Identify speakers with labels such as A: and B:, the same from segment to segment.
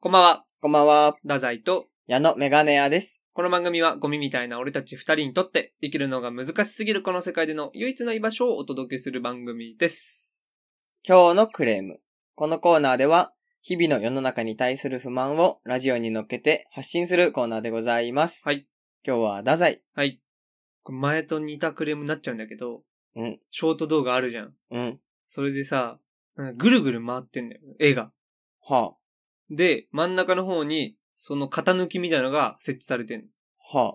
A: こんばんは、
B: こんばんは。
A: ダザイと、
B: 矢野メガネ屋です。
A: この番組はゴミみたいな俺たち二人にとって生きるのが難しすぎるこの世界での唯一の居場所をお届けする番組です。
B: 今日のクレーム。このコーナーでは、日々の世の中に対する不満をラジオに乗っけて発信するコーナーでございます。
A: はい。
B: 今日は、太宰。
A: はい。これ前と似たクレームになっちゃうんだけど、
B: うん
A: ショート動画あるじゃん。
B: うん。
A: それでさ、なんかぐるぐる回ってんだよ、絵が。
B: は
A: で、真ん中の方に、その型抜きみたいなのが設置されてんの。
B: あ、はあ、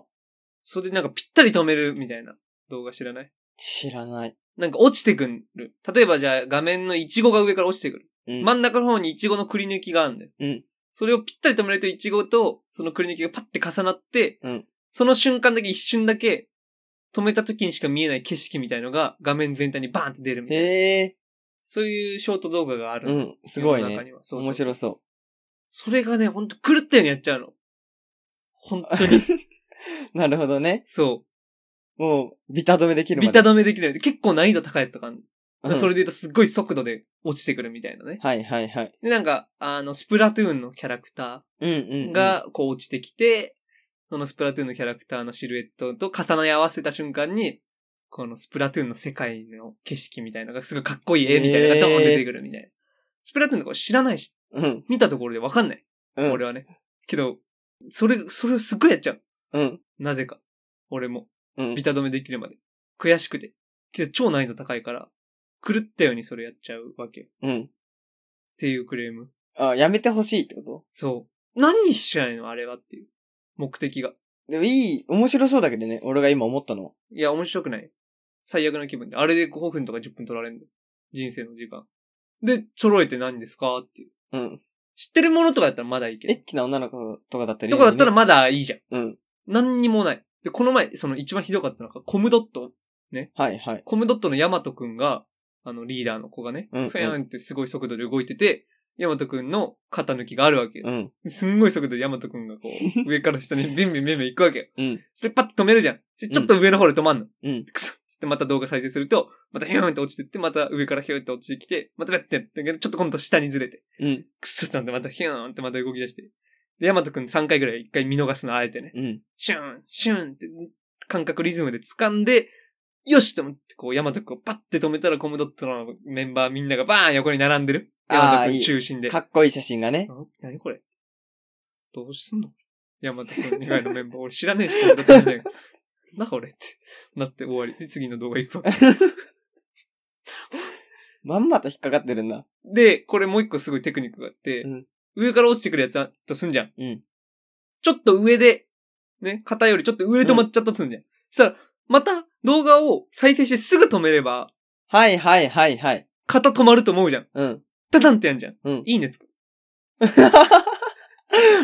A: それでなんかぴったり止めるみたいな動画知らない
B: 知らない。
A: なんか落ちてくる。例えばじゃあ画面のイチゴが上から落ちてくる。
B: うん。
A: 真ん中の方にイチゴのくり抜きがあるんだよ。
B: うん
A: それをぴったり止めるとイチゴとそのくり抜きがパッて重なって、
B: うん
A: その瞬間だけ一瞬だけ止めた時にしか見えない景色みたいのが画面全体にバーンって出るみたいな。
B: へえ、
A: そういうショート動画がある。
B: うん。すごい
A: 世の中に
B: ね。
A: は。そうそう
B: 面白そう。
A: それがね、ほんと狂ったようにやっちゃうの。本当 に。
B: なるほどね。
A: そ
B: もう、ビタ止めでき
A: う。
B: るま
A: ビ
B: で。
A: タ止めできない。結構難易度高いやつとかあるのだから
B: うん
A: それで言うとすっごい速度で落ちてくるみたいなね。
B: はいはいはい。
A: で、なんか、あの、スプラトゥーンのキャラクター。
B: うんうん、うん。、
A: が、こう落ちてきて、そのスプラトゥーンのキャラクターのシルエットと重なり合わせた瞬間に、このスプラトゥーンの世界の景色みたいなのが、すごいかっこいい絵みたいなのがドーン出てくるみたいな。スプラトゥーンとか知らないし、
B: うん。
A: 見たところでわかんない。
B: うん。
A: 俺はね。けど、それ、それをすっごいやっちゃう。
B: うん。
A: なぜか。俺も。
B: うん
A: ビ。タ止めできるまで。悔しくて。けど超難易度高いから、狂ったようにそれやっちゃうわけよ。っ
B: うん。
A: ていうクレーム。
B: あ、やめてほしいってこ
A: そう。何にしちゃいのあれはっていう。目的が。
B: とでもいい、面白そうだけどね。俺が今思ったの。
A: いや、面白くない。最悪な気分で。あれで5分とか10分取られんの。人生の時間。で、揃えて何ですかっていう。
B: うん。
A: 知ってるものとかだったらまだいいけ
B: エ
A: ど。
B: ッチな女の子とかだったり、
A: とかだったら、まだいいじゃん。
B: うん。
A: 何にもない。で、この前、その一番ひどかったのが、コムドット。
B: はいはい。
A: コムドットのヤマトくんが、あの、リーダーの子がね、
B: うんうん
A: フェーンってすごい速度で動いてて、ヤマトくんの肩抜きがあるわけよ。
B: うん。
A: すんごい速度でヤマトくんがこう、上から下にビンビンビンビン行くわけよ。
B: うん。
A: それパッと止めるじゃん。でちょっと上の方で止まんの。
B: うん。
A: くそっつってまた動画再生すると、またヒューンって落ちてって、また上からヒューンって落ちてきて、またビャッてやってんだけど、ちょっと今度下にずれて、
B: うん。
A: くそってなってまたヒューンってまた動き出して。で、ヤマトくん3回ぐらい1回見逃すのあえてね、
B: うん。
A: シューン、シューンって感覚リズムで掴んで、よしと思って、こう、ヤマトくんをパッて止めたらコムドットのメンバーみんながバーン横に並んでる。ヤマ
B: あー
A: トくん中心で。
B: かっこいい写真がね。
A: ん何これどうすんのヤマト君以外のメンバー、俺知らねえし、こんな感じで な、俺って。なって終わり。で、次の動画行くわ。
B: まんまと引っかかってるんだ。
A: で、これもう一個すごいテクニックがあって、
B: うん
A: 上から落ちてくるやつだとすんじゃん。
B: うん。
A: ちょっと上で、ね、肩よりちょっと上で止まっちゃったとすんじゃん。したら、また動画を再生してすぐ止めれば、
B: はいはいはいはい。
A: 肩止まると思うじゃん。
B: うん。
A: タタンってやんじゃん。
B: うん。
A: いいねつく。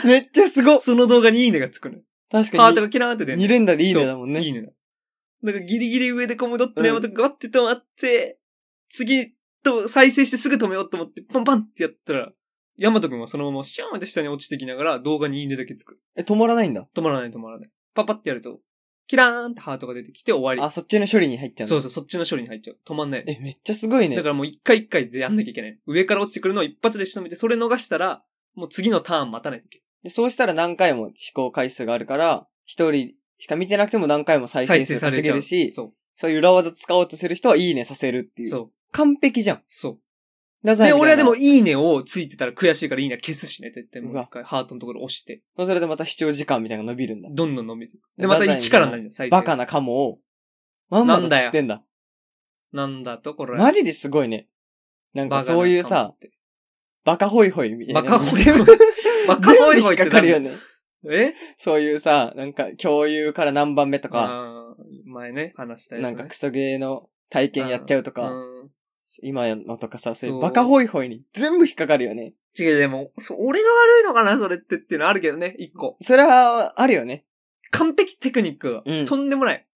B: めっちゃすごっ
A: その動画にいいねがつくのよ。
B: 確
A: ハ
B: か
A: ート
B: に。
A: がキラーンって出る
B: 2連打でいいねだもん
A: いい
B: ね。
A: ねだ。なんかギリギリ上でコムドットの山とかガッて止まって、次と再生してすぐ止めようと思って、パンパンってやったら、ヤマト君はそのままシャーンって下に落ちてきながら動画にいいねだけつく。
B: え、止まらないんだ。
A: 止まらない止まらない。パパってやると、キラーンってハートが出てきて終わ
B: あ、そっちの処理に入っち
A: り。
B: ゃう
A: そ
B: の
A: うそう、そっちの処理に入っちゃう。止まんない。
B: え、めっちゃすごいね。
A: だからもう一回一回でやんなきゃいけない。上から落ちてくるのを一発で仕留めて、それ逃したら、もう次のターン待たないといけ
B: でそうしたら何回も試行回数があるから、一人しか見てなくても何回も
A: な
B: 再
A: い。
B: 生
A: 再
B: 数
A: 生さ
B: 稼
A: れち
B: げ
A: ゃう。
B: るし、
A: そ
B: そういう裏技使おうとする人はいいねさせるって
A: う。
B: い。
A: そうう。
B: 完璧じゃん。
A: そう。
B: な
A: で、俺はでも、いいねをついてたら悔しいからいいね消すしね、絶対もう
B: うわ
A: 一回ハートのところ押して、
B: それでまた視聴時間みたいなのが伸びるんだ。
A: どんどん伸びていく。で、
B: で
A: また1からなんだよ、最初。
B: バカなカモを、まんまと釣ってんだ。
A: なんだところ
B: マジですごいね。なんかそういうさ、、バカホイホイみたいな。
A: バカホイ
B: 全
A: ホ
B: 部
A: イ。バカホイホイって
B: 全部引っかかるよ
A: ね。
B: ね。
A: え
B: そういうさ、なんか共有から何番目とか、
A: あー前ね、話したやつ
B: な
A: ね。
B: んかクソゲーの体験やっちゃうとか、
A: うん。
B: 今のとかさ、そうい
A: そうう
B: バカホイホイに全部引っかかるよね。
A: 違う、でも、そう俺が悪いのかな、それってっていうのあるけどね、一個。
B: それは、あるよね。
A: 完璧テクニックが、
B: うん
A: とんでもない。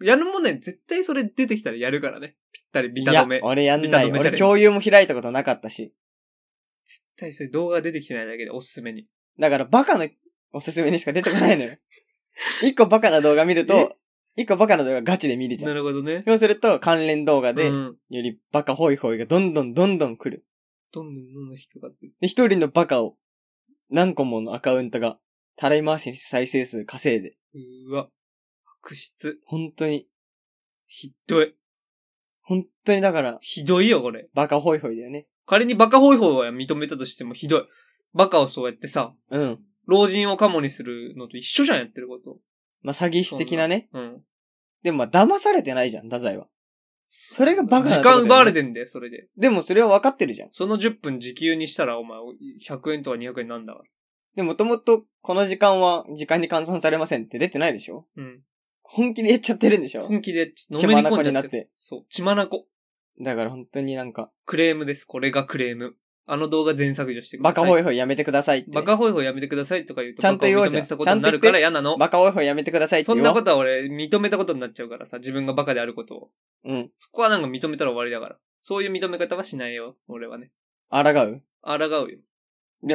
A: やるもんね、絶対それ出てきたらやるからね。ぴったり、ビ
B: い
A: タ止
B: や
A: め。、絶
B: 俺やん
A: ビタ
B: な
A: 止
B: い。
A: めチャレン
B: 俺
A: ジ
B: 共有も開いたことなかったし。
A: 対それ動画出てきてないだけで、おすすめに。
B: だからバカのおすすめにしか出てこない のよ。一個バカな動画見ると、一個バカな動画ガチで見るじゃん
A: な。るほどね。
B: そうすると関連動画で、
A: う
B: よ
A: ん
B: りバカホイホイがどんどんどんどん来る。
A: どんどんどんどん引っかかって。
B: で、一人のバカを、何個ものアカウントが、たらい回しにして再生数稼いで、
A: うわ。悪質。
B: 本当に、
A: ひどい。
B: 本当にだから、
A: ひどいよ、これ。
B: バカホイホイだよね。
A: 仮にバカホイホイは認めたとしてもひどい。バカをそうやってさ、
B: うん。
A: 老人をカモにするのと一緒じゃん、やってること。
B: まあ、詐欺師的なね。
A: うん。
B: でもまあ、騙されてないじゃん、太宰は。
A: そ
B: それがバカな
A: 時
B: とこだよ
A: 間
B: ね
A: 奪われてんだよ、それで。
B: でもそれは分かってるじゃん。
A: その10分時給にしたら、お前、100円とか200円なんだから。
B: で、もともと、この時間は、時間に換算されませんって出てないでしょ
A: うん。
B: 本気でやっちゃってるんでしょ
A: 本気で、のめり込んじ
B: 血眼に
A: ゃ
B: な
A: っ
B: って
A: る。
B: て
A: そう。血まなこ。
B: だから本当になんか、
A: クレームです。これがクレーム。あの動画全削除してくだ
B: バ
A: さい。
B: カホイ
A: イ。
B: ホイやめてくださいって。
A: バカホイホイやめてくださいとか言うと、
B: ちゃんと言おうじゃん
A: バカを認めてたことになるから嫌なの。
B: バカホイホイやめてくださいって
A: そ
B: 言
A: ん
B: おう
A: なことは俺、認めたことになっちゃうからさ、自分がバカであることを。
B: うん。
A: そこはなんか認めたら終わりだから。そういう認め方はしないよ、俺はね。
B: あらがう
A: 抗うよ。
B: で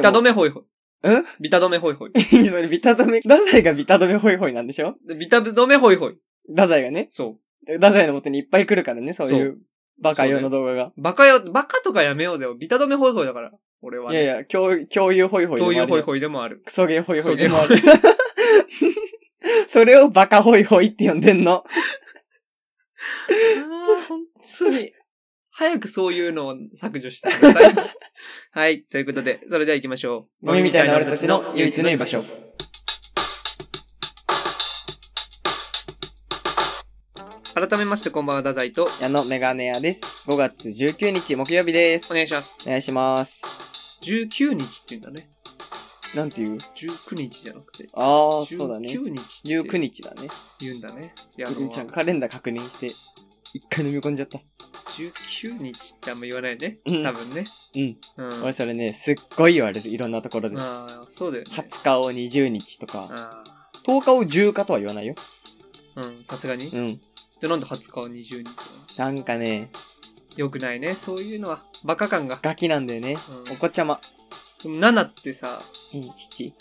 A: ビタ止
B: も、
A: めホイホイ。
B: うん
A: ビタ止めホイホイ。
B: それビタ止め、ダザイがビタ止めホイホイなんでしょ
A: ビタ止めホイホイ。
B: ダザイがね。
A: そ
B: ダザイの元にいっぱい来るからね、そういうバカ用の動画が。
A: う。バカよ、バカとかやめようぜ。ビタ止めホイホイだから。俺はいね。
B: やいや、共共有ホイホイでも
A: 共有
B: あるよ。
A: ホイホイでもある。
B: クソゲーホイホイでもあ
A: ク
B: る。 それをバカホイホイって呼んでんの。
A: あー本当に。早くそういうのを削除したいと思い ます。はい。ということで、それでは行きましょう。
B: ゴミみたいな俺たちの唯一の居場所。
A: 改めまして、こんばんは、太宰と。
B: 矢野メガネ屋です。5月19日木曜日です。
A: お願いします。
B: お願いします。
A: 19日って言うんだね。
B: なんていう
A: 19日じゃなくて。
B: ああ、そうだね。
A: 19日って
B: 19日だね。
A: 言うんだね。いや、あ
B: うん
A: の
B: ちゃん、カレンダー確認して、一回飲み込んじゃった。
A: 19日ってあんま言わないね。
B: うん
A: 多分ね。
B: うん。
A: うん。
B: 俺それね、すっごい言われる。いろんなところで。
A: ああ、そうだよね。
B: 20日を20日とか、
A: ああ
B: 10日を10日とは言わないよ。
A: うん、さすがに。
B: うん。
A: で、なんで20日は20日なの
B: なんかね、
A: よくないね。そういうのは。バカ感が。
B: ガキなんだよね。
A: うん
B: お子ちゃま。
A: でも7ってさ、
B: うん、7。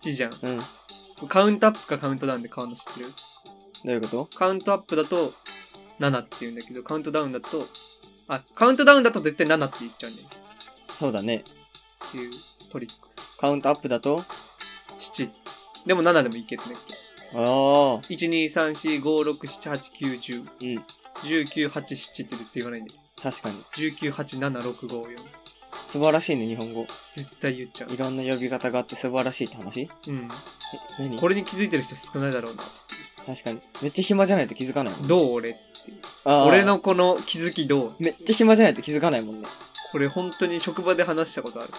A: 7じゃん。
B: うん。ど
A: カウントアップかカウントダウンで変わるの知ってる
B: ういうこと
A: カウントアップだと7って言うんだけど、カウントダウンだと、あ、カウントダウンだと絶対7って言っちゃうんだよ。
B: そうだね。
A: っていうトリック。
B: カウントアップだと、
A: 7。でも7でもいけってね。
B: ああ、
A: 1、2、3、4、5、6、7、8、9、10。
B: うん。
A: 19、8、7って絶対言わないんだよ。
B: 確かに。
A: 19、8、7、6、5、4。
B: 素晴らしいね、日本語。
A: 絶対言っちゃう
B: い。ろんな呼び方があって素晴らしいって話
A: うん。
B: え何
A: これに気づいてる人少ないだろうな。
B: 確かに。めっちゃ暇じゃないと気づかないもん。
A: どう俺。
B: あー
A: 俺。のこの気づきどう
B: めっちゃ暇じゃないと気づかないもんね。
A: これ本当に職場で話したことある。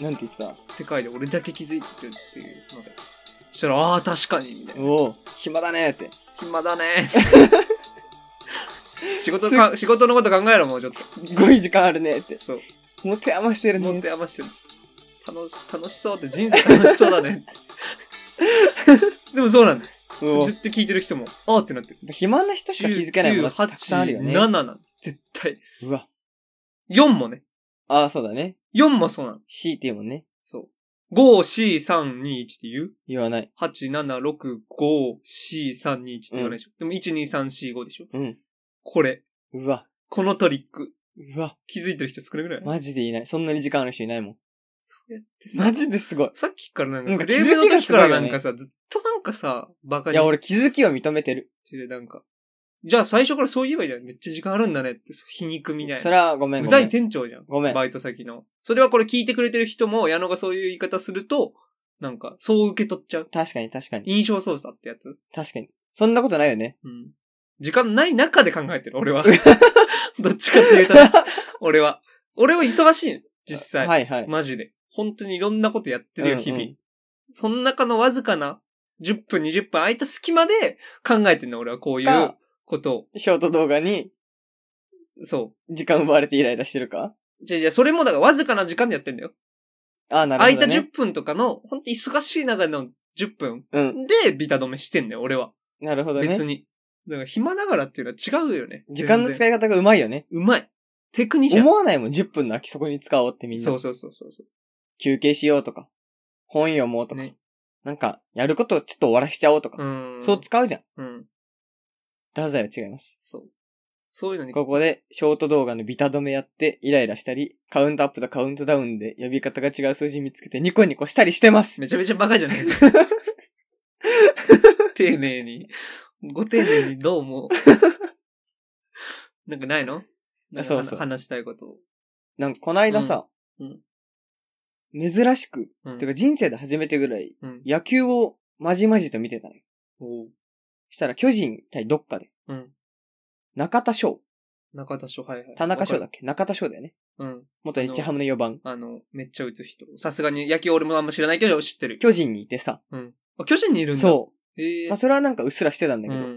B: なんて言ってた
A: 世界で俺だけ気づいてるっていうので。そしたら、ああ、確かに、みたいな。
B: おお、暇だねーって。
A: 暇だ ね。仕事か、仕事のこと考えろ、もうちょっと。
B: すっごい時間あるねーって。
A: そう。
B: 持て余してるね
A: 持って
B: ー。
A: 余してる。楽し、楽しそうって、人生楽しそうだね って。でもそうなんだよ。
B: お
A: ずっと聞いてる人も、ああってなってる。
B: お暇な人しか気づけないものたくさんあるよね
A: 7。なんだ絶対。
B: うわ。
A: 4もね。
B: ああ、そうだね。
A: 4もそうなの。
B: C って言うもんね。
A: そう。5、4、3、2、1って言う
B: 言わない。
A: 8、7、6、5、4、3、2、1って言わないでしょ。でも1、2、3、4、5でしょ。
B: うん。
A: これ。
B: うわ。
A: このトリック。
B: うわ。
A: 気づいてる人少なくない、
B: マジでいない。そんなに時間ある人いないもん。
A: そうやってさ、
B: マジですごい。
A: さっきからなん
B: な
A: か、
B: んか
A: クレームの時から
B: 気づきがすごい
A: な
B: よね
A: んかさ、ずっとなんかさ、バカ
B: い
A: に
B: や、俺気づきを認めてる。
A: して、なんか、じゃあ最初からそう言えばいいじゃん。めっちゃ時間あるんだねって、そう皮肉みたい
B: そ
A: な。
B: れはごめん
A: う
B: ご
A: ざ
B: めん。
A: い店長じゃん。
B: ごめん。
A: バイト先の。それはこれ聞いてくれてる人も、矢野がそういう言い方すると、なんか、そう受け取っちゃう。
B: 確かに確かに。
A: 印象操作ってやつ。
B: 確かに。そんなことないよね。
A: うん。時間ない中で考えてる、 俺は。どっちかって言うとね、俺は。俺は忙しいの、実際。
B: はいはい。
A: マジで。本当にいろんなことやってるよ、
B: うんうん
A: 日々。その中のわずかな、10分、20分空いた隙間で考えてんの、俺はこういう
B: か
A: ことを。
B: ショート動画に
A: そ
B: 時間奪われてイライラしてるか
A: う。じゃじゃそれもだからわずかな時間でやってんだよ。
B: ああ、なるほ
A: 空
B: ど、
A: い
B: ね。
A: た10分とかの、本当に忙しい中の10分
B: うん。
A: でビタ止めしてんだよ、俺は。
B: なるほどね。
A: 別に。だから暇ながらっていうのは違うよね。
B: 時間の
A: い。
B: 使い方がうまいよね。
A: うまい。テクニシャン
B: 思。わないもん、10分の空きそこに使おうってみんな。
A: そうそうそうそうそ
B: 休憩しようとか、本読もうと
A: う。
B: か、
A: ね。
B: なんか、やることをちょっと終わらしちゃおうとか、
A: うん。
B: そう使うじゃん。
A: うん。
B: ダザイは違います。
A: そう。そういうのに、
B: ここでショート動画のビタ止めやってイライラしたり、カウントアップとカウントダウンで呼び方が違う数字見つけてニコニコしたりしてます。
A: めちゃめちゃバカじゃ ない丁寧に。ご丁寧にどうも。 なんかないのなんか
B: そうそう
A: 話したいことを。
B: なんかこないださ、
A: うん
B: 珍しく、
A: うん
B: てか人生で初めてぐらい
A: うん。
B: 野球をまじまじと見てたのよ。
A: おう
B: したら巨人対どっかで、
A: うん。
B: 中田翔、
A: 中田翔、はいはい。
B: 田中翔だ
A: わ
B: っけ中田翔だよね。
A: かる。うん。
B: 元日ハムの4番。
A: あの、めっちゃ打つ人。さすがに野球俺もあんま知らないけど知ってる。
B: 巨人にいてさ、
A: あ、巨人にいるんだ。。
B: そう
A: え
B: う。
A: え
B: まあそれはなんかうっすらしてたんだ
A: う
B: けど、
A: ん。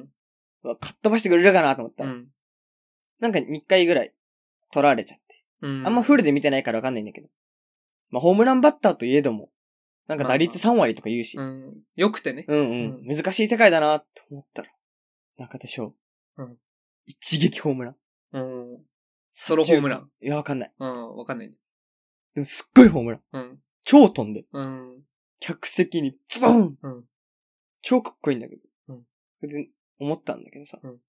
B: うわかっ飛ばしてくれるかなと思った
A: う
B: ら、
A: ん。
B: なんか2回ぐらい取られちゃって。
A: うん。
B: あんまフルで見てないからわかんないんだけど。まあ、ホームランバッターといえども、なんか打率3割とか言うし、
A: うん。よくてね。
B: うんうん、難しい世界だなと思ったら、中田翔、
A: うん
B: 一撃ホームラン。
A: うん。ソロホームラン。
B: いや、わかんない。
A: うん。わかんない。
B: でもすっごいホームラン。
A: うん。
B: 超飛んで、
A: うん。
B: 客席にズボン
A: うん。
B: 超かっこいいんだけど。
A: うん
B: で、思ったんだけどさ、
A: うん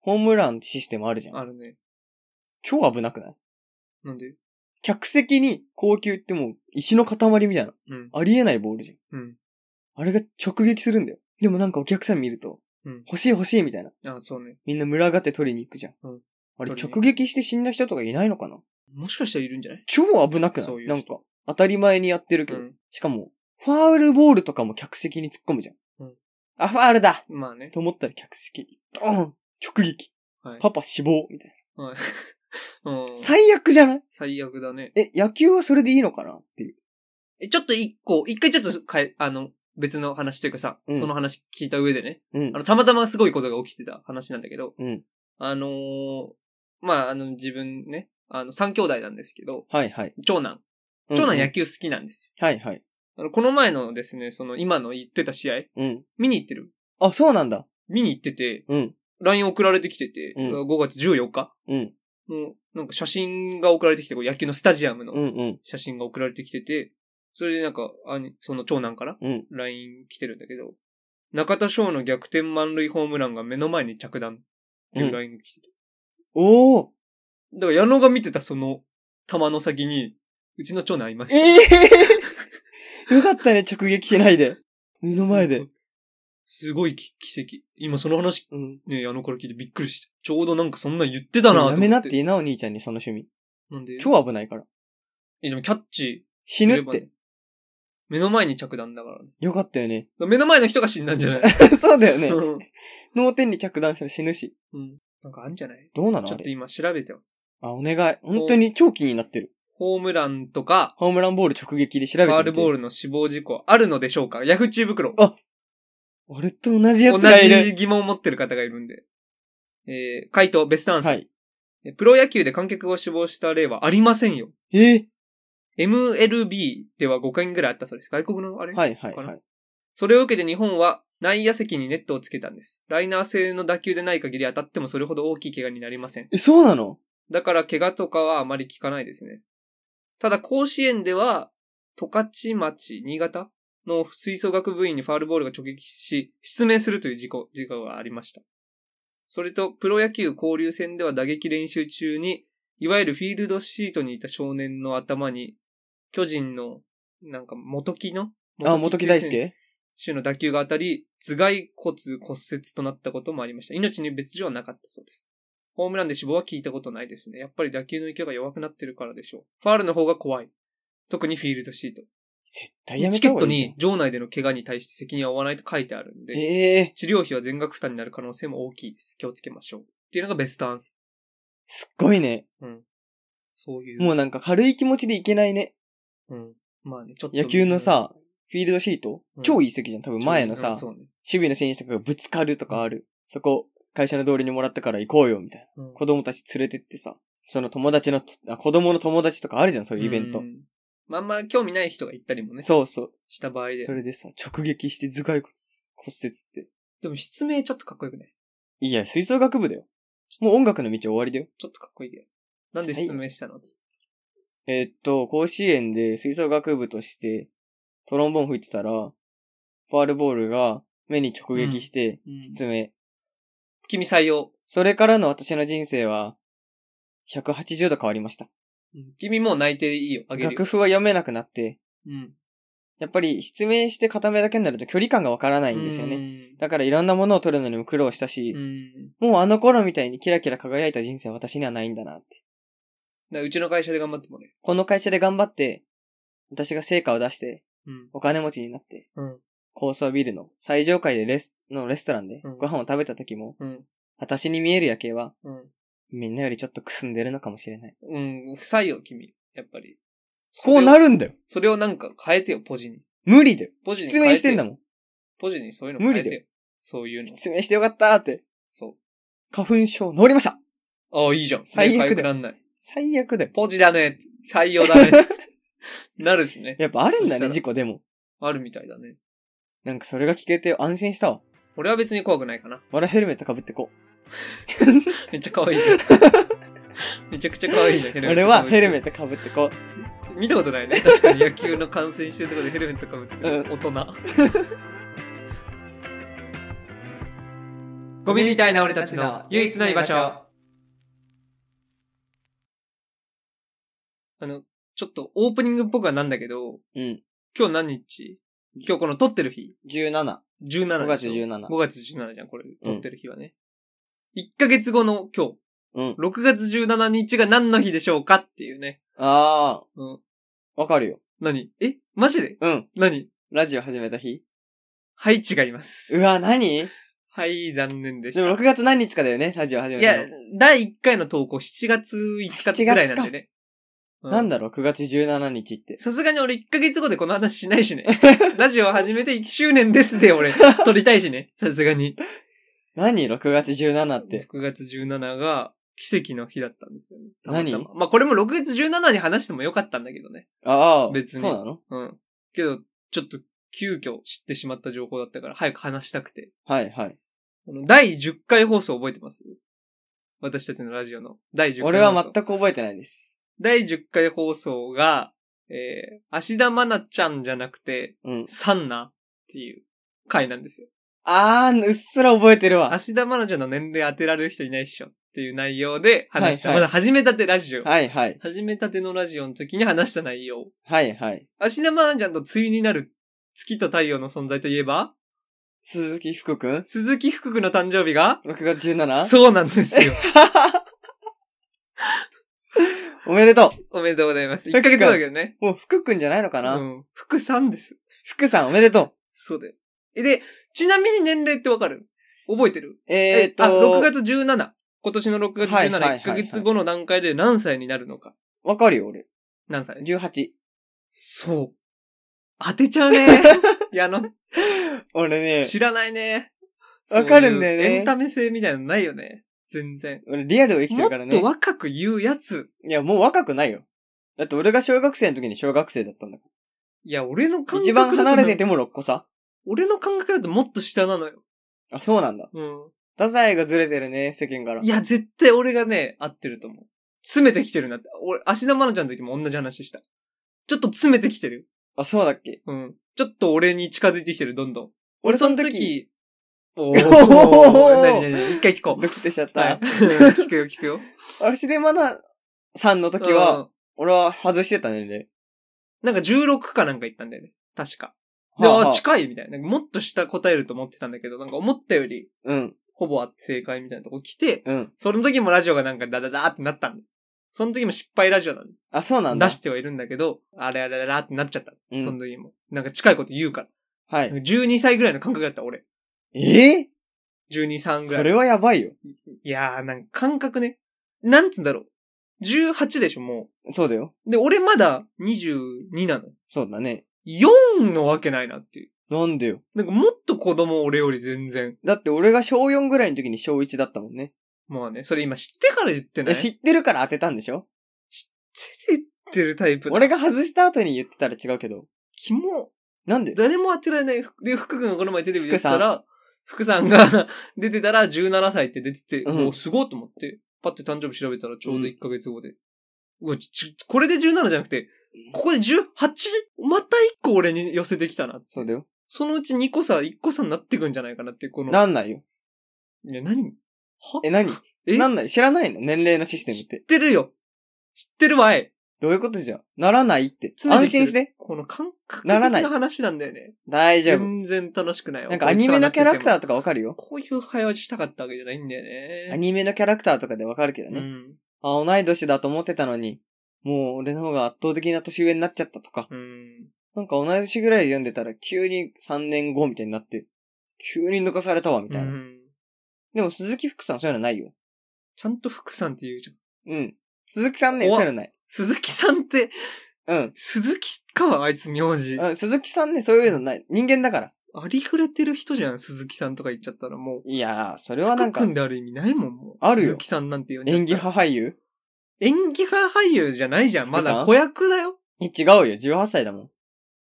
B: ホームランってシステムあるじゃん。
A: あるね。
B: 超危なくない
A: なんで
B: 客席に高級ってもう石の塊みたいな。
A: うん。
B: ありえないボールじゃん。
A: うん。
B: あれが直撃するんだよ。でもなんかお客さん見ると、
A: うん
B: 欲しい欲しいみたいな。
A: あ、そうね。
B: みんな群がって取りに行くじゃん。
A: うん
B: あれ
A: 取りに
B: 直撃して死んだ人とかいないのかな
A: もしかしたらいるんじゃない
B: 超危なくない
A: そういう人
B: なんか、当たり前にやってるけ
A: う
B: ど。
A: ん。
B: しかも、ファールボールとかも客席に突っ込むじゃん。
A: うん
B: あ、ファールだ
A: まあね。
B: と思ったら客席、ドーン直撃、
A: はい
B: パパ死亡みたい
A: はい。 うん
B: な。。最悪じゃない
A: 最悪だね。
B: え、野球はそれでいいのかなっていう。
A: え、ちょっと一個、一回ちょっと変え、あの、別の話というかさ、
B: うん
A: その話聞いた上でね、
B: うん
A: あ。の、たまたますごいことが起きてた話なんだけど、
B: うん。
A: あのーまあ、あの、自分ね、あの、三兄弟なんですけど、
B: はいはい。
A: 長男。長男野球好きなんです
B: うんうんはいはい。
A: よ。あの、この前のですね、その、今の言ってた試合、
B: うん。
A: 見に行ってる。
B: あ、そうなんだ。
A: 見に行ってて、
B: うん。
A: LINE 送られてきてて、
B: うん
A: 5月14日
B: うん。
A: の、なんか写真が送られてきて、こう野球のスタジアムの
B: うんうん。
A: 写真が送られてきてて、それでなんか、兄その長男から
B: うん。
A: LINE 来てるんだけど、中田翔の逆転満塁ホームランが目の前に着弾っていう LINE が来てて。
B: おー
A: だから矢野が見てたその球の先に、うちの長男いました。
B: ええよかったね、直撃しないで。目の前で。。
A: すごいき奇跡。今その話、
B: うん。
A: ね、矢野から聞いてびっくりした。ちょうどなんかそんなん言ってたなと思
B: や
A: って。
B: めなって言いな、お兄ちゃんにその趣味。
A: なんで
B: 超危ないから。
A: え、でもキャッチ
B: 死
A: す
B: ぬっ
A: ればね。
B: て。
A: 目の前に着弾だからね、
B: よかったよね。
A: 目の前の人が死んだんじゃない
B: そうだよ ね。
A: うん
B: 脳天に着弾したら死ぬし。
A: うん。なんかあんじゃない
B: どうなの
A: ちょ
B: あ
A: っと
B: れ。
A: 今調べてます。
B: あ、お願い。本当に超気になってる。
A: ホームランとか、
B: ホームランボール直撃で調べて
A: フ
B: み
A: ァ
B: て。
A: ールボールの死亡事故あるのでしょうかヤフーチュー袋。
B: 俺と同じや
A: 同
B: つがいる。
A: じ疑問を持ってる方がいるんで。えー、回答、ベストアンサー。
B: はい。
A: えプロ野球で観客を死亡した例はありませんよ。
B: ええ
A: MLB では5回ぐらいあったそうです。外国のあれ、
B: はいはい
A: か
B: は。
A: ないそれを受けて日本は内野席にネットをつけたんです。ライナー性の打球でない限り当たってもそれほど大きい怪我になりません。
B: え、そうなの
A: だから怪我とかはあまり聞かないですね。ただ甲子園では、十勝町、新潟の吹奏楽部員にファールボールが直撃し、失明するという事故、事故がありました。それと、プロ野球交流戦では打撃練習中に、いわゆるフィールドシートにいた少年の頭に、巨人の、なんか元木の
B: あ、元木大
A: っていう
B: 輔
A: 選手の打球が当たり、頭蓋骨骨折となったこともありました。命に別状はなかったそうです。ホームランで死亡は聞いたことないですね。やっぱり打球の勢いが弱くなってるからでしょう。ファールの方が怖い。特にフィールドシート。
B: 絶対やめ
A: チ
B: た
A: ケ
B: 方
A: ット
B: がいいじゃん
A: に場内での怪我に対して責任は負わないと書いてあるんで、
B: ええ
A: 治療費は全額負担になる可能性も大きいです。気をつけましょう。っていうのがベストアンサ
B: すっごいね。
A: ー。うん。そういう。
B: もうなんか軽い気持ちでいけないね。
A: うん。まあね、ちょっと。
B: 野球のさ、フィールドシート、
A: うん
B: 超いい席じゃん。多分前のさ、
A: うん
B: 守
A: そうね。
B: 備の選手とかがぶつかるとかある。そこ、会社の通りにもらったから行こうよ、みたいな。
A: うん
B: 子供たち連れてってさ、その友達の、あ子供の友達とかあるじゃん、そういうイベント
A: う。んまああんま興味ない人が行ったりもね、
B: そうそう。
A: した場合で
B: そ。れでさ、直撃して頭蓋骨骨折って。
A: でも失明ちょっとかっこよくない
B: いや、吹奏楽部だよ。もう音楽の道終わりだよ。
A: ちょっとかっこいいけど。なんで失明したのつって
B: えーっと、甲子園で吹奏楽部としてトロンボーン吹いてたら、ファールボールが目に直撃して、
A: うん
B: 失明。
A: 君採用。
B: それからの私の人生は、180度変わりました。
A: うん君もう泣いていいよ。あげる
B: 楽
A: よ。
B: 譜は読めなくなって、
A: うん。
B: やっぱり失明して片目だけになると距離感がわからないんですよね。
A: ね。
B: だからいろんなものを取るのにも苦労したし
A: う、ん。
B: もうあの頃みたいにキラキラ輝いた人生は私にはないんだなって。
A: だからうちの会社で頑張ってもらえ。
B: この会社で頑張って、私が成果を出して、
A: うん。
B: お金持ちになって、
A: うん。
B: 高層ビルの最上階でレス、のレストランで
A: うん
B: ご飯を食べた時も、
A: うん。
B: 私に見える夜景は、
A: うん。
B: みんなよりちょっとくすんでるのかもしれない。
A: うん、不採用、君。やっぱり。
B: こうなるんだよ
A: それをなんか変えてよ、ポジに。
B: 無理だよ
A: ポジに
B: 失
A: 変えよ
B: 明してんだもん。
A: ポジにそういうの
B: 無
A: 変えて
B: 理だ
A: よ。そういうの。
B: 失明してよかったーって。
A: そう。
B: 花粉症治りました
A: ああ、いいじゃん。
B: 最悪
A: ね痒く
B: だよ
A: なんない。
B: 最悪だよ。
A: ポジだね。採用だ ね。なるしね。
B: やっぱある
A: そし
B: んだ
A: た
B: ね、
A: ら
B: 事故でも。
A: あるみたいだね。
B: なんかそれが聞けて安心したわ。
A: 俺は別に怖くないかな。
B: 俺はヘルメット被ってこ
A: めっちゃ可愛い じゃん。めちゃくちゃ可愛いじゃん、ヘ
B: う。
A: ルメット。
B: 俺はヘルメット被ってこ
A: 見たことないね。確かに野球の観戦してるところでヘルメットかぶってる
B: う
A: 大人。 ゴミみたいな俺たちの唯一の居場所。あの、ちょっとオープニングっぽくはなんだけど、
B: う。うん。
A: 今日何日今日この撮ってる日
B: 17。
A: ?17
B: 5月
A: でしょ
B: 17
A: 5月17じゃん、これ。撮ってる日はね。1ヶ月後の今日。
B: うん。
A: 6月17日が何の日でしょうかっていうね。
B: あ
A: うん。
B: ー、わかるよ。
A: 何えマジで
B: うん。
A: 何
B: ラジオ始めた日
A: はい、違います。
B: うわ、何
A: はい、残念でし
B: でも
A: た。
B: 6月何日かだよね、ラジオ始
A: い
B: め
A: や
B: たの。、
A: 第1回の投稿7月5日ぐらいなんでね。う
B: なんだろう、9月17日って。
A: さすがに俺1ヶ月後でこの話しない しね。ラジオ始めて1周年ですで俺、撮りたいしね。さすがに。
B: 何 ?6 月17って。
A: 6月17が奇跡の日だったんですよね。たま
B: 何
A: たままあこれも6月17に話してもよかったんだけどね。
B: ああ、
A: 別に
B: そうなの
A: うん。けど、ちょっと急遽知ってしまった情報だったから早く話したくて。
B: はいはい。
A: あの、第10回放送覚えてます私たちのラジオの第10回放送。
B: 俺は全く覚えてないです。
A: 第10回放送が、えー、芦田愛菜ちゃんじゃなくて、
B: うん。
A: サンナっていう回なんですよ。
B: あー、うっすら覚えてるわ。
A: 芦田愛菜ちゃんの年齢当てられる人いないっしょっていう内容で話した。
B: はいは
A: ま
B: い
A: だ始めたてラジオ。
B: はいはい。
A: 始めたてのラジオの時に話した内容。
B: はいはい。
A: 芦田愛菜ちゃんと対になる月と太陽の存在といえば、
B: 鈴木福くん ?6
A: 鈴木福君の誕生日が、
B: 月 17?
A: そうなんです よ。
B: おめでと
A: おめでとうございます。1
B: 福
A: ヶ
B: 君
A: 月後だけどね。
B: う。もう福くんじゃないのか
A: う
B: な、
A: ん。福さんです。
B: 福さんおめでと
A: そうだよ。え、で、ちなみに年齢ってわかる覚えてる
B: う。えー、っと、
A: あ、6月17。今年の6月17、
B: はいはいはいはい
A: 1ヶ月後の段階で何歳になるのか。
B: わかるよ俺。
A: 何歳
B: 18。
A: そう。当てちゃうね。 いや、あの、
B: 俺ね、
A: 知らないね。
B: わかるんだよね
A: そういうエンタメ性みたいなのないよね。全然。
B: 俺リアルを生きて
A: も
B: るから
A: っ
B: ね。
A: と若く言うやつ。
B: いや、もう若くないよ。だって俺が小学生の時に小学生だったんだか
A: いや、俺の感
B: ら。
A: 覚
B: 一番離れて
A: て。
B: ても6個差
A: 俺の感覚だともっと下なのよ。
B: あ、そうなんだ。
A: う
B: 太宰がずれてるね、世間から。
A: ん。いや、絶対俺がね、合ってると思う。詰めてきてるなって。俺、芦田愛菜ちゃんの時も同じ話した。ちょっと詰めてきてる。
B: あ、そうだっけ
A: うん。ちょっと俺に近づいてきてる、どんどん。
B: 俺
A: その
B: その時
A: 時、お
B: ー
A: なになになに一回聞こ
B: ド
A: う。
B: キッとしちゃっ
A: はい。。
B: た
A: 聞くよ、聞くよ。
B: あれ、シデマナさんの時は、
A: うん、
B: 俺は外してた年齢。
A: なんか16かなんか言ったんだよね。確か。で、
B: はあは
A: あ、
B: あ
A: 近いみたいな。なんかもっと下答えると思ってたんだけど、なんか思ったより、
B: うん、
A: ほぼ正解みたいなとこ来て、
B: うん。
A: その時もラジオがなんかダダダーってなったんだ。その時も失敗ラジオなん
B: あ、そうなん
A: だ。
B: だ。
A: 出してはいるんだけど、あれあれあれってなっちゃった。
B: うん
A: その時も。なんか近いこと言うから。
B: は
A: なん
B: い。
A: か12歳ぐらいの感覚だった、俺。
B: ええ
A: 12、3ぐらい。
B: それはやばいよ。
A: いやー、なんか感覚ね。なんつうんだろう。18でしょ、も
B: そうだよ。
A: う。で、俺まだ22なの。
B: そうだね。
A: 4のわけないなっていう。
B: なんでよ。
A: なんかもっと子供俺より全然。
B: だって俺が小4ぐらいの時に小1だったもんね。
A: まあね、それ今知ってから言ってない
B: え知ってるから当てたんでしょ
A: て言ってるタイプ。、
B: 俺が外した後に言ってたら違うけど。
A: キモ。
B: なんで
A: 誰も当てられない。で、福君がこの前テレビ出てたら、福さんが 出てたら17歳って出てて、
B: うん
A: もうすごいと思って、パッて誕生日調べたらちょうど1ヶ月後で。うわ、ち、ちこれで17じゃなくて、ここで 18? また1個俺に寄せてきたなって。
B: そうだよ。
A: そのうち2個差、1個差になってくんじゃないかなっていう、この。
B: なんないよ。
A: いや、何は
B: え、何
A: え
B: なんない知らないの年齢のシステムっ。
A: 知っててるよ。知ってるわい。
B: どういうことじゃならないって。
A: 詰め
B: 安
A: きる
B: 心して。。
A: この感覚的
B: ならない
A: な話なんだよね。
B: 大丈夫。
A: 全然楽しくないわ
B: なんかアニメのキャラクター
A: ー
B: とかわかるよ。
A: こういう会話したかったわけじゃないんだよね。
B: アニメのキャラクターとかでわかるけどね。
A: うん。
B: あ、同い年だと思ってたのに、もう俺の方が圧倒的な年上になっちゃったとか。
A: うん。
B: なんか同い年ぐらいで読んでたら急に3年後みたいになって、急に抜かされたわみたいな。
A: うん
B: でも鈴木福さんそういうのないよ。
A: ちゃんと福さんって言うじゃん。
B: うん。鈴木さんね、そう
A: 怖っ
B: いうのない。
A: 鈴木さんって、
B: うん。
A: 鈴木かあいつ名字。
B: うん、鈴木さんね、そういうのない。人間だから。
A: ありふれてる人じゃん、鈴木さんとか言っちゃったらもう。
B: いやー、それはなん
A: 福、
B: か
A: 君である意味ないもん、もう。
B: あるよ
A: 鈴木さんなんて呼んじゃった
B: 演
A: ら
B: 技派俳優
A: 演技派俳優じゃないじゃん。ま
B: 福さ
A: だ
B: ん
A: 子役だよ。
B: え違うよ、18歳だも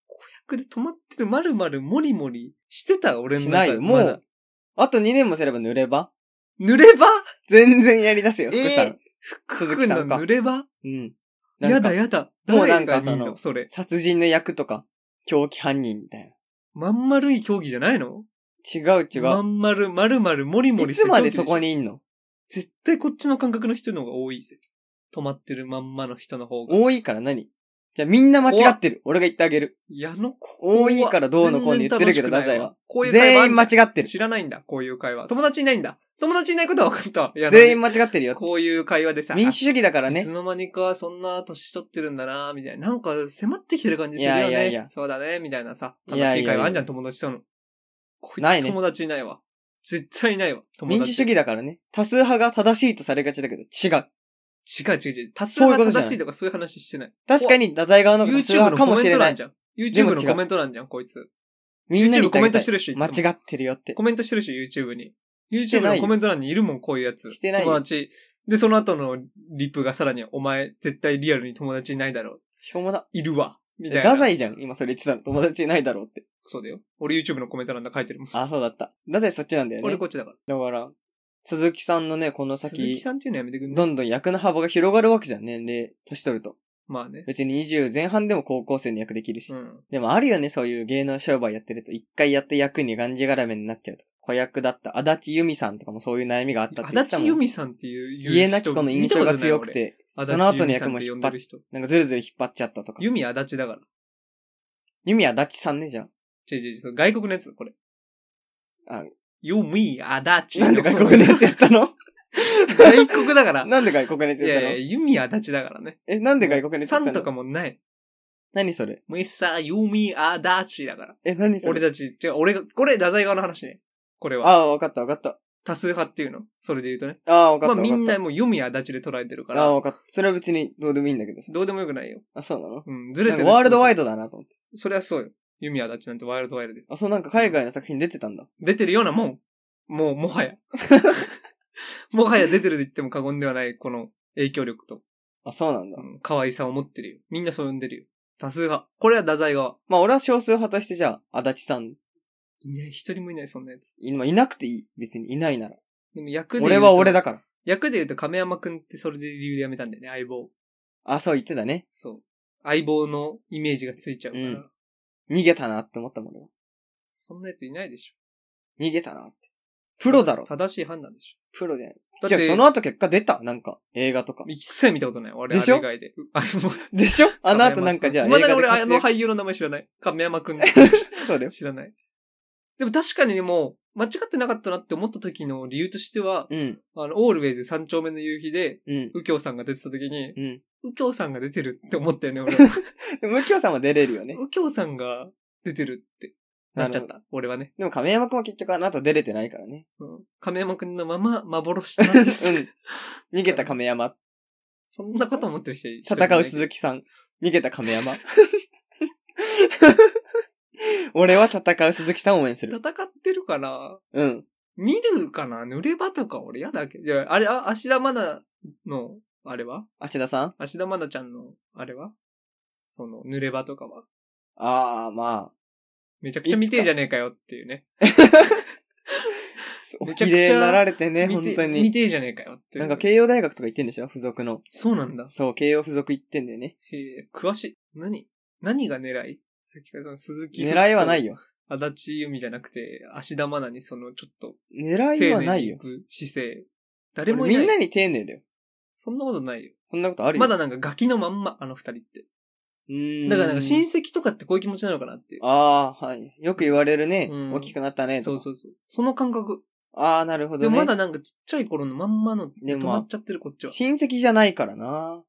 A: 子役で止まってる、まるまる、もりもりしてた、俺
B: ん。
A: の
B: し
A: 中
B: な
A: で。
B: いよ、も
A: まだ
B: う。、あと2年もすれば濡れば
A: 濡れば
B: 全然やり出すよ、
A: えー
B: 福さん。
A: 福
B: 鈴木
A: 君
B: さ
A: の
B: んか
A: 濡れば
B: うん。な
A: や
B: んか
A: だやだ。
B: もうなん
A: 誰が見
B: か
A: ん
B: その
A: のそれ。
B: 殺人の役とか、狂気犯人みたい
A: まん丸い競技じゃないの
B: な。違う違
A: ま
B: う。
A: ん丸、まるまる、もりもり
B: い
A: して
B: つ
A: る競
B: ま
A: 技
B: で
A: しょ
B: そこにいんの
A: 絶対こっちの感覚の人の方が多いぜ。止まってるまんまの人の方が。
B: 多いから何じゃあみんな間違ってる。俺が言ってあげる。
A: 矢野
B: 多いからどうのこうの言ってるけ
A: 全然楽しく
B: ど
A: ないわ
B: ダサいわ
A: こういう会話あ
B: 全
A: んじ
B: 員
A: ゃ
B: 間
A: ん
B: 違ってる。
A: 知らないんだ、こういう会話。友達いないんだ。友達いないことは分かったわ。いや
B: 全員間違ってるよ。
A: こういう会話でさ、
B: 民主主義だから
A: いつ
B: ね。
A: の間にかそんな年取ってるんだなみたいな。なんか迫ってきてる感じするよ
B: い
A: ね。
B: やいやいや
A: そうだね、みたいなさ。
B: いや
A: 楽
B: い
A: し
B: やいや
A: い会話あんじゃん、友達との。こいつ
B: ないね
A: 友達いないわ。絶対いないわ。友
B: 民
A: 達。
B: 主主義だからね。多数派が正しいとされがちだけど、違う。
A: 違う違う違う。多数
B: そういうこ
A: 派
B: とじゃない
A: 正しいとかそういう話してない。
B: 確かに、太宰側の方が多数
A: YouTube
B: 派
A: の
B: か
A: コ
B: も
A: メ
B: し
A: ン
B: れ
A: ト
B: な
A: 欄
B: い
A: じ。ゃん。
B: でも
A: YouTube
B: 違う
A: のコメント欄じゃん、こいつ。
B: みんなに
A: YouTube コメントして
B: る
A: るし、いつも
B: 間違ってるよって。
A: コメントしてるし、YouTube に。
B: して
A: YouTube
B: ない
A: の
B: よ
A: コメント欄にいるもん、こういうやつ。
B: してないよ
A: 友達。で、その後のリプがさらに、お前、絶対リアルに友達いないだろう。
B: しょうもな。
A: いるわ。みたいな。
B: ダサいじゃん。今それ言ってたの。友達いないだろうって。
A: そうだよ。俺 YouTube のコメント欄で書いてるもん。
B: あ、そうだった。ダサいそっちなんだよ
A: 俺
B: ね
A: こ。っちだから。
B: だから、鈴木さんのね、この
A: 鈴木
B: 先、
A: さんっていうのやめてくんね。
B: どんどん役の幅が広がるわけじゃん。年齢、年取ると。
A: まあね。
B: 別に20前半でも高校生の役できるし。
A: うん。
B: でもあるよね、そういう芸能商売やってると、一回やって役にがんじがらめになっちゃうとか。子役だった足立由美さんとかもそういう悩みがあったって
A: 足
B: 言ってた
A: 立
B: も
A: 由
B: ん。
A: 美さんっていう人。
B: 家なき子の印象が強くて、
A: 見
B: そ
A: た
B: の
A: こと
B: 後の
A: ない
B: 役
A: 俺、足立由美さん
B: も引っ張っ
A: って呼んでる人。
B: なんかずるずる引っ張っちゃったとか。
A: 由美足立だから。
B: 由美足立さんね、じゃあ。
A: 違う違う違う、外国のやつ、これ。
B: あ。
A: 由美足立。
B: なんで外国のやつやった の
A: 外国だから。
B: なんで外国のやつ
A: い
B: やっ
A: や
B: た
A: い
B: の
A: や、由美足立だからね。
B: え、なんで外国のやつや
A: さ
B: った
A: ん
B: の
A: とかもない。
B: 何それ
A: もう一さ、ユーミーアーダーチーだから。
B: え、何それ
A: 俺たち、違う、俺が、これ、太宰側の話ね。これは。
B: ああ、わかったわかった。
A: 多数派っていうのそれで言うとね。
B: ああ、わかっ
A: まあ
B: たわかっ
A: み
B: た。
A: んなもう読みアダチで捉えてるか
B: ああ、
A: ら、
B: わかった。それは別にどうでもいいんだけどさ。
A: どうでもよくないよ。
B: あ、そうなの
A: うん、ずれ
B: な
A: て
B: ん
A: る
B: かワールドワイ
A: ド。
B: ドだなと思って。
A: そりゃそうよ。ユミアダチなんてワールドワイドで。
B: あ、そうなんか海外の作品出てたんだ。
A: 出てるようなもん。もう、も はや。もはや出てると言っても過言ではない、この影響力と、
B: あ、そうなんだ
A: う。ん可愛さを持ってるよ。みんなそう呼んでるよ。多数派。これは太宰側。
B: まあ俺は少数派としてじゃあ、足立さん、
A: いない、一人もいない、そんなやつ。
B: いまあいなくていい。別にいないなら。
A: でも役で言う
B: 俺
A: と。
B: は俺だから。
A: 役で言うと亀山くんってそれで理由で辞めたんだよね、相棒。
B: あ、そう言ってたね。
A: そう。相棒のイメージがついちゃうから。
B: うん逃げたなって思ったもん俺は。
A: そんなやついないでしょ。
B: 逃げたなって。プロだろ。
A: 正しい判断でし
B: プロじゃない。
A: ょ。
B: じ
A: だっ
B: ゃあ
A: て、
B: その後結果出たなんか、映画とか。
A: 一切見たことない。俺、
B: でしょ
A: あれ以外で。うあもう
B: でしょあの後なんかじゃあ映
A: ま
B: 画
A: だ
B: で
A: に俺、あ
B: 活
A: の
B: 躍。
A: 俳優の名前知らない。亀山くん。
B: そうだよ。
A: 知らない。でも確かにもう、間違ってなかったなって思った時の理由としては、
B: うん。
A: あの、オールウェイズ三丁目の夕日で、
B: うん。
A: 右京さんが出てた時に、
B: うん。
A: 右京さんが出てるって思ったよ ね、俺。
B: でも右京さんは出れるよね。
A: 右京さんが出てるってなっちゃっ
B: な
A: た。俺はね。
B: でも亀山くんは結局あの後出れてないからね。
A: うん亀山くんのまま幻と
B: う
A: なってた
B: ん。逃げた亀山。
A: そんなこと思ってる人一人もいな
B: 戦
A: いう
B: 鈴木さん。逃げた 亀山。俺は戦う鈴木さんを応援する。
A: 戦ってるから、
B: うん。
A: 見るかな濡れ場とか俺嫌だけど。いや、あれ、あ、芦田愛菜の、あれは
B: 芦田さん
A: 芦田愛菜ちゃんの、あれはその、濡れ場とかは
B: ああ、まあ。
A: めちゃくちゃ見てえじゃねえかよっていうね。
B: お
A: めちゃ
B: 綺
A: くちゃ
B: 麗になられてね、
A: 見
B: 本
A: て
B: 当
A: 見
B: に。
A: てえじゃねえかよっていう。
B: なんか慶応大学とか行ってんでしょ付属の。
A: そうなんだ。
B: そう、慶応付属行ってんだよね。
A: へえ、詳しい。何何が狙いさっきからその鈴木。
B: 狙いはない
A: よ。
B: よ。
A: 足立由美じゃなくて、芦田愛菜にその、ちょっと、
B: 狙いはないよ。
A: く姿勢。誰もい
B: み
A: ない。
B: んなに丁寧だよ。
A: そんなことないよ。
B: こんなことあるよ。
A: まだなんかガキのまんま、あの二人って。
B: うーん。
A: だからなんか親戚とかってこういう気持ちなのかなっていう。
B: ああ、はい。よく言われるね。
A: うん
B: 大きくなったね。
A: そうそうそう。その感覚。
B: う。ああ、なるほ
A: で
B: ど
A: も
B: ね。
A: まだなんかちっちゃい頃のまんまの、
B: で
A: 止
B: もまあ
A: まっちゃってるこっちは。
B: 親戚じゃないからな。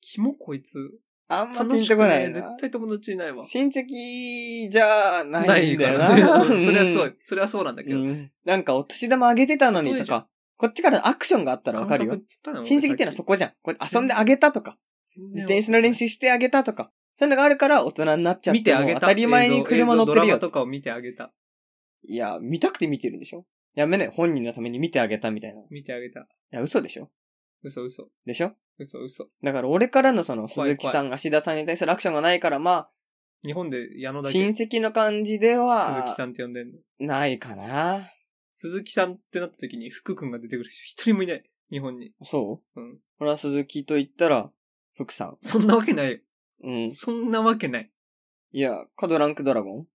A: キモこいつ。
B: あんま
A: 楽
B: ピン
A: し
B: と
A: く
B: こ
A: な
B: ない
A: い。
B: な。
A: 絶対友達いないわ。
B: 親戚じゃな
A: ないい
B: ん
A: か
B: だよ
A: ら
B: な。
A: ね。 うんそれはそうよ
B: う。
A: それはそうなんだけど。
B: ん。うんなんかお年玉あげてたのに
A: 例え
B: と
A: じゃ
B: か、こっちからアクションがあったらわかるよ
A: 感。覚っつったの
B: 親戚ってのはそこじゃん。こうやって遊んであげたとか、自
A: 自
B: 転車の練習してあげたとか、そういうのがあるから大人になっちゃって。
A: 見てあげた。
B: 当たり前に車乗ってる
A: 映像ドラ
B: よ
A: マ。とかを見てあげた。
B: いや、見たくて見てるんでしょやめない。本人のために見てあげたみたいな。い
A: 見てあげた。
B: や、嘘でしょ
A: 嘘嘘。
B: でしょ
A: 嘘嘘。
B: だから俺からのその
A: 怖い
B: 鈴木さん、芦田さんに対するアクションがないから、ま
A: 日本で矢野
B: あ、
A: だ
B: 親
A: け鈴
B: 戚の感じで
A: 木
B: は、
A: さんって呼んでんの。
B: ないかな。
A: 鈴木さんってなった時に福くんが出てくる人一人もいない。日本に。
B: そう
A: うん。
B: 俺は鈴木と言ったら、福さん。
A: そんなわけないよ。
B: うん。い
A: そんなわけない。
B: や、カドランクドラゴ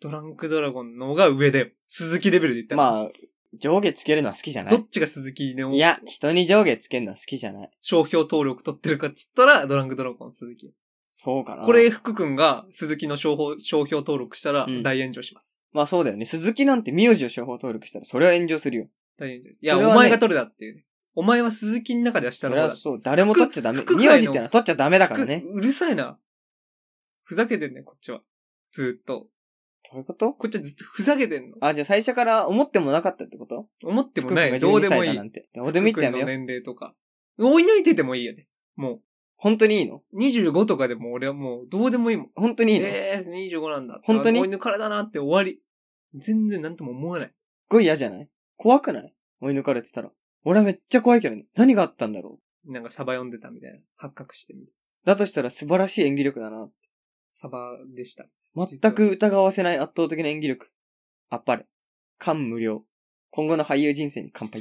A: ドランクドラゴンの方が上だよ。鈴木レベルで言っ
B: ン
A: たら。
B: まあ、上下つけるのは好きじゃな
A: ど
B: い
A: っ。ちが鈴木の
B: いや、人に上下つけるのは好きじゃない。
A: 商標登録取ってるかっつったら、ドランクドラゴン鈴木。
B: そうかな。
A: これ、、福くんが鈴木の商標商標登録したら
B: うん
A: 大炎上します。
B: まあそうだよね。鈴木なんて名字を商法登録したら、それは炎上するよ。
A: 大炎上。いや、
B: それは
A: お
B: ね
A: 前が取るだっていうね。お前は鈴木の中では
B: そ
A: 下の
B: れ
A: 方だ
B: は。そう、誰も取っちゃダメ。
A: 服服
B: 名字ってのは取っちゃダメだからね
A: 福。うるさいな。ふざけてんね、こっちは。ずーっと。
B: どういうこと
A: こっちはずっとふざけてんの。
B: あ、じゃあ最初から思ってもなかったってこと
A: 思っても
B: 福君
A: な
B: が
A: い。
B: 12
A: どうでもい
B: 歳だ
A: い
B: な。んて。どうでもいいってや
A: 福
B: めよう。
A: 君の年齢とか。追い抜いててもいいよね。も
B: 本当にいいの
A: う、25とかでも俺はもう、どうでもいいもん。
B: 本当にいいのすっ
A: ええー、25なんだ。
B: 本当に
A: あ追い抜かれたなって終わり。全然なんとも思わない。
B: ごい嫌じゃない怖くない追い抜かれてたら。俺はめっちゃ怖いけどね。何があったんだろ
A: なんかサバ読んでたみたいな。発覚してみた。
B: う。だとしたら素晴らしい演技力だな。
A: サバでした。
B: 全く疑わせない圧倒的な演技力。あっぱれ。感無量。今後の俳優人生に乾杯。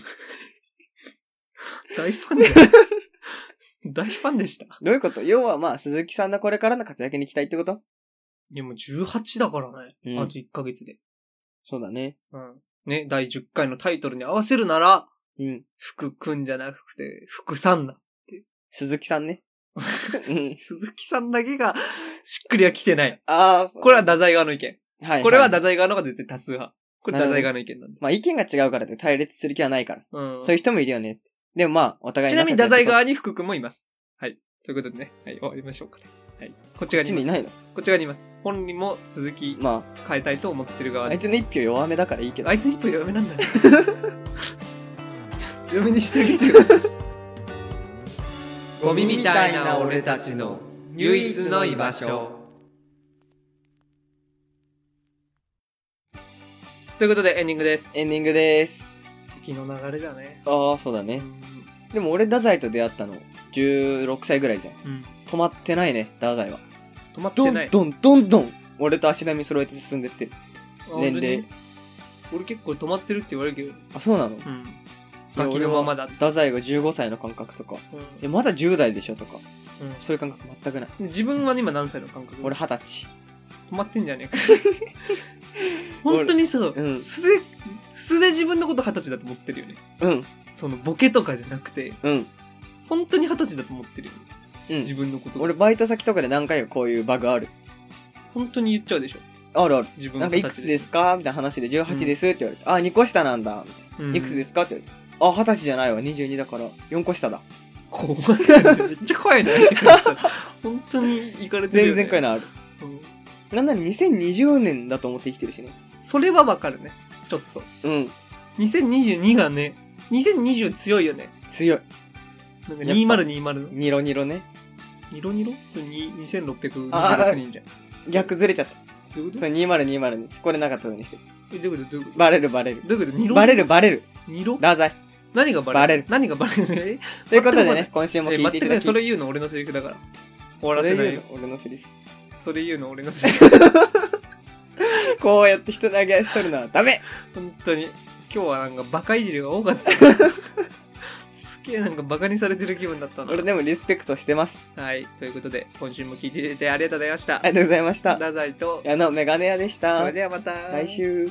A: 大ファンで。 大ファンでした。
B: どういうこと要はまあ、鈴木さんのこれからの活躍に期待ってこと
A: いやもう18だからね。
B: うん
A: あと1ヶ月で。
B: そうだね。
A: うん。ね、第10回のタイトルに合わせるなら、
B: うん。
A: 福くんじゃなくて、福さんだ。
B: 鈴木さんね。うん。
A: 鈴木さんだけが、しっくりは来てない。
B: ああ、
A: これは、太宰側の意見。
B: はいはい
A: これは太宰側の方が絶対多数派。これ太宰側の意見なんで。
B: まあ、意見が違うからって対立する気はないから。
A: うん。
B: そういう人もいるよね。でもまあ、お互い
A: ちなみに太
B: 仲
A: 宰
B: 良くやっ
A: 側に福くんもいます。はい。ということでね、はい、終わりましょうかね。はい。こっち側
B: て
A: に
B: いこ
A: います。
B: うこっちにいないの
A: こっち側にいます。本人も鈴木
B: ま
A: 変えたいと思ってる
B: あ、
A: 側
B: あい
A: です。
B: つの一票弱めだからいいけど
A: あ。いつに一歩弱めなんだね。 強めにしてあげてよ。 ゴミみたいな俺たちの唯一の居場所。ということでエンディングです。
B: エンディングです。
A: 時の流れだね。
B: ああ、そうだ
A: う
B: ね。
A: ん
B: でも俺、太宰と出会ったの、16歳ぐらいじゃん。
A: うん。
B: 止まってないね、太宰は。
A: 止まっ
B: ど
A: てなんい。
B: どんどんどん、俺と足並み揃えて進んでってる。
A: あ
B: 年。
A: 本当
B: 齢
A: に俺結構止まってるって言われるけど。
B: あ、そうなの
A: うん。ガキのままだ。うん
B: 太宰が15歳の感覚とか、いや、まだ10代でしょとか、そういう感覚全くない。
A: うん自分は今何歳の感覚
B: 俺、20歳。
A: 止まってんじゃねえか。
B: 俺
A: 本当にそう
B: う。ん。
A: 素で、素で自分のこと二十歳だと思ってるよね。
B: うん。
A: そのボケとかじゃなくて、
B: うん。
A: 本当に二十歳だと思ってるよね。
B: うん
A: 自。分のこと。
B: 俺、、バイト先とかで何回かこういうバグある。
A: 本当に言っちゃうでしょ。
B: あるある。
A: 自分
B: な
A: の
B: んかいくつですすかみたいな話で18ですって言われて、あ、2個下なんだ。みたいな。いくつですすかって言われて、あ、20歳じゃないわ。22だから4個下だ。
A: 怖い。めっちゃ怖いな、相手からしたら本当に行かれてるよ、
B: 全
A: ね。
B: 然こういう
A: な。
B: のある。なんなら2020年だと思って生きてるしね。
A: それはわかるね。ちょっと。
B: うん。
A: 2022がね、2020強いよね。
B: 強い。
A: なんか
B: やっぱ
A: 2020の。
B: ニロニロね。
A: ニロニロちょに ?2626
B: あ
A: 人じゃん。
B: 逆ずれちゃった。
A: どういうこ
B: そ
A: と
B: れ2020ね。これなかったのにして。
A: えどういうことどういうこと
B: バレるバレる。
A: どういうことニロ
B: バレるバレる。
A: ニロ
B: ダザイ。
A: 何がバレる
B: バレる
A: 何がバレるえ
B: という
A: 全
B: ことで
A: くバレ
B: ね、今週も
A: え
B: 聞い
A: 待
B: て
A: っ
B: い
A: て
B: た
A: く
B: だ
A: れ、
B: き、
A: それ言うの俺のセリフだから。終わらせないよ。
B: それ言うの俺のセリフ。
A: それ言うの俺のセリ フ。
B: こうやって人投げ合いしとるのはダメ
A: 本当に。今日はなんかバカいじりが多かった。すげえなんかバカにされてる気分だったな。
B: 俺でもリスペクトしてます。
A: はい。ということで、今週も聞いていただいてありがとうございました
B: あ。りがとうございました。
A: 太宰と、
B: 矢野メガネ屋でし
A: そ
B: た
A: れ。ではまた。
B: 来週。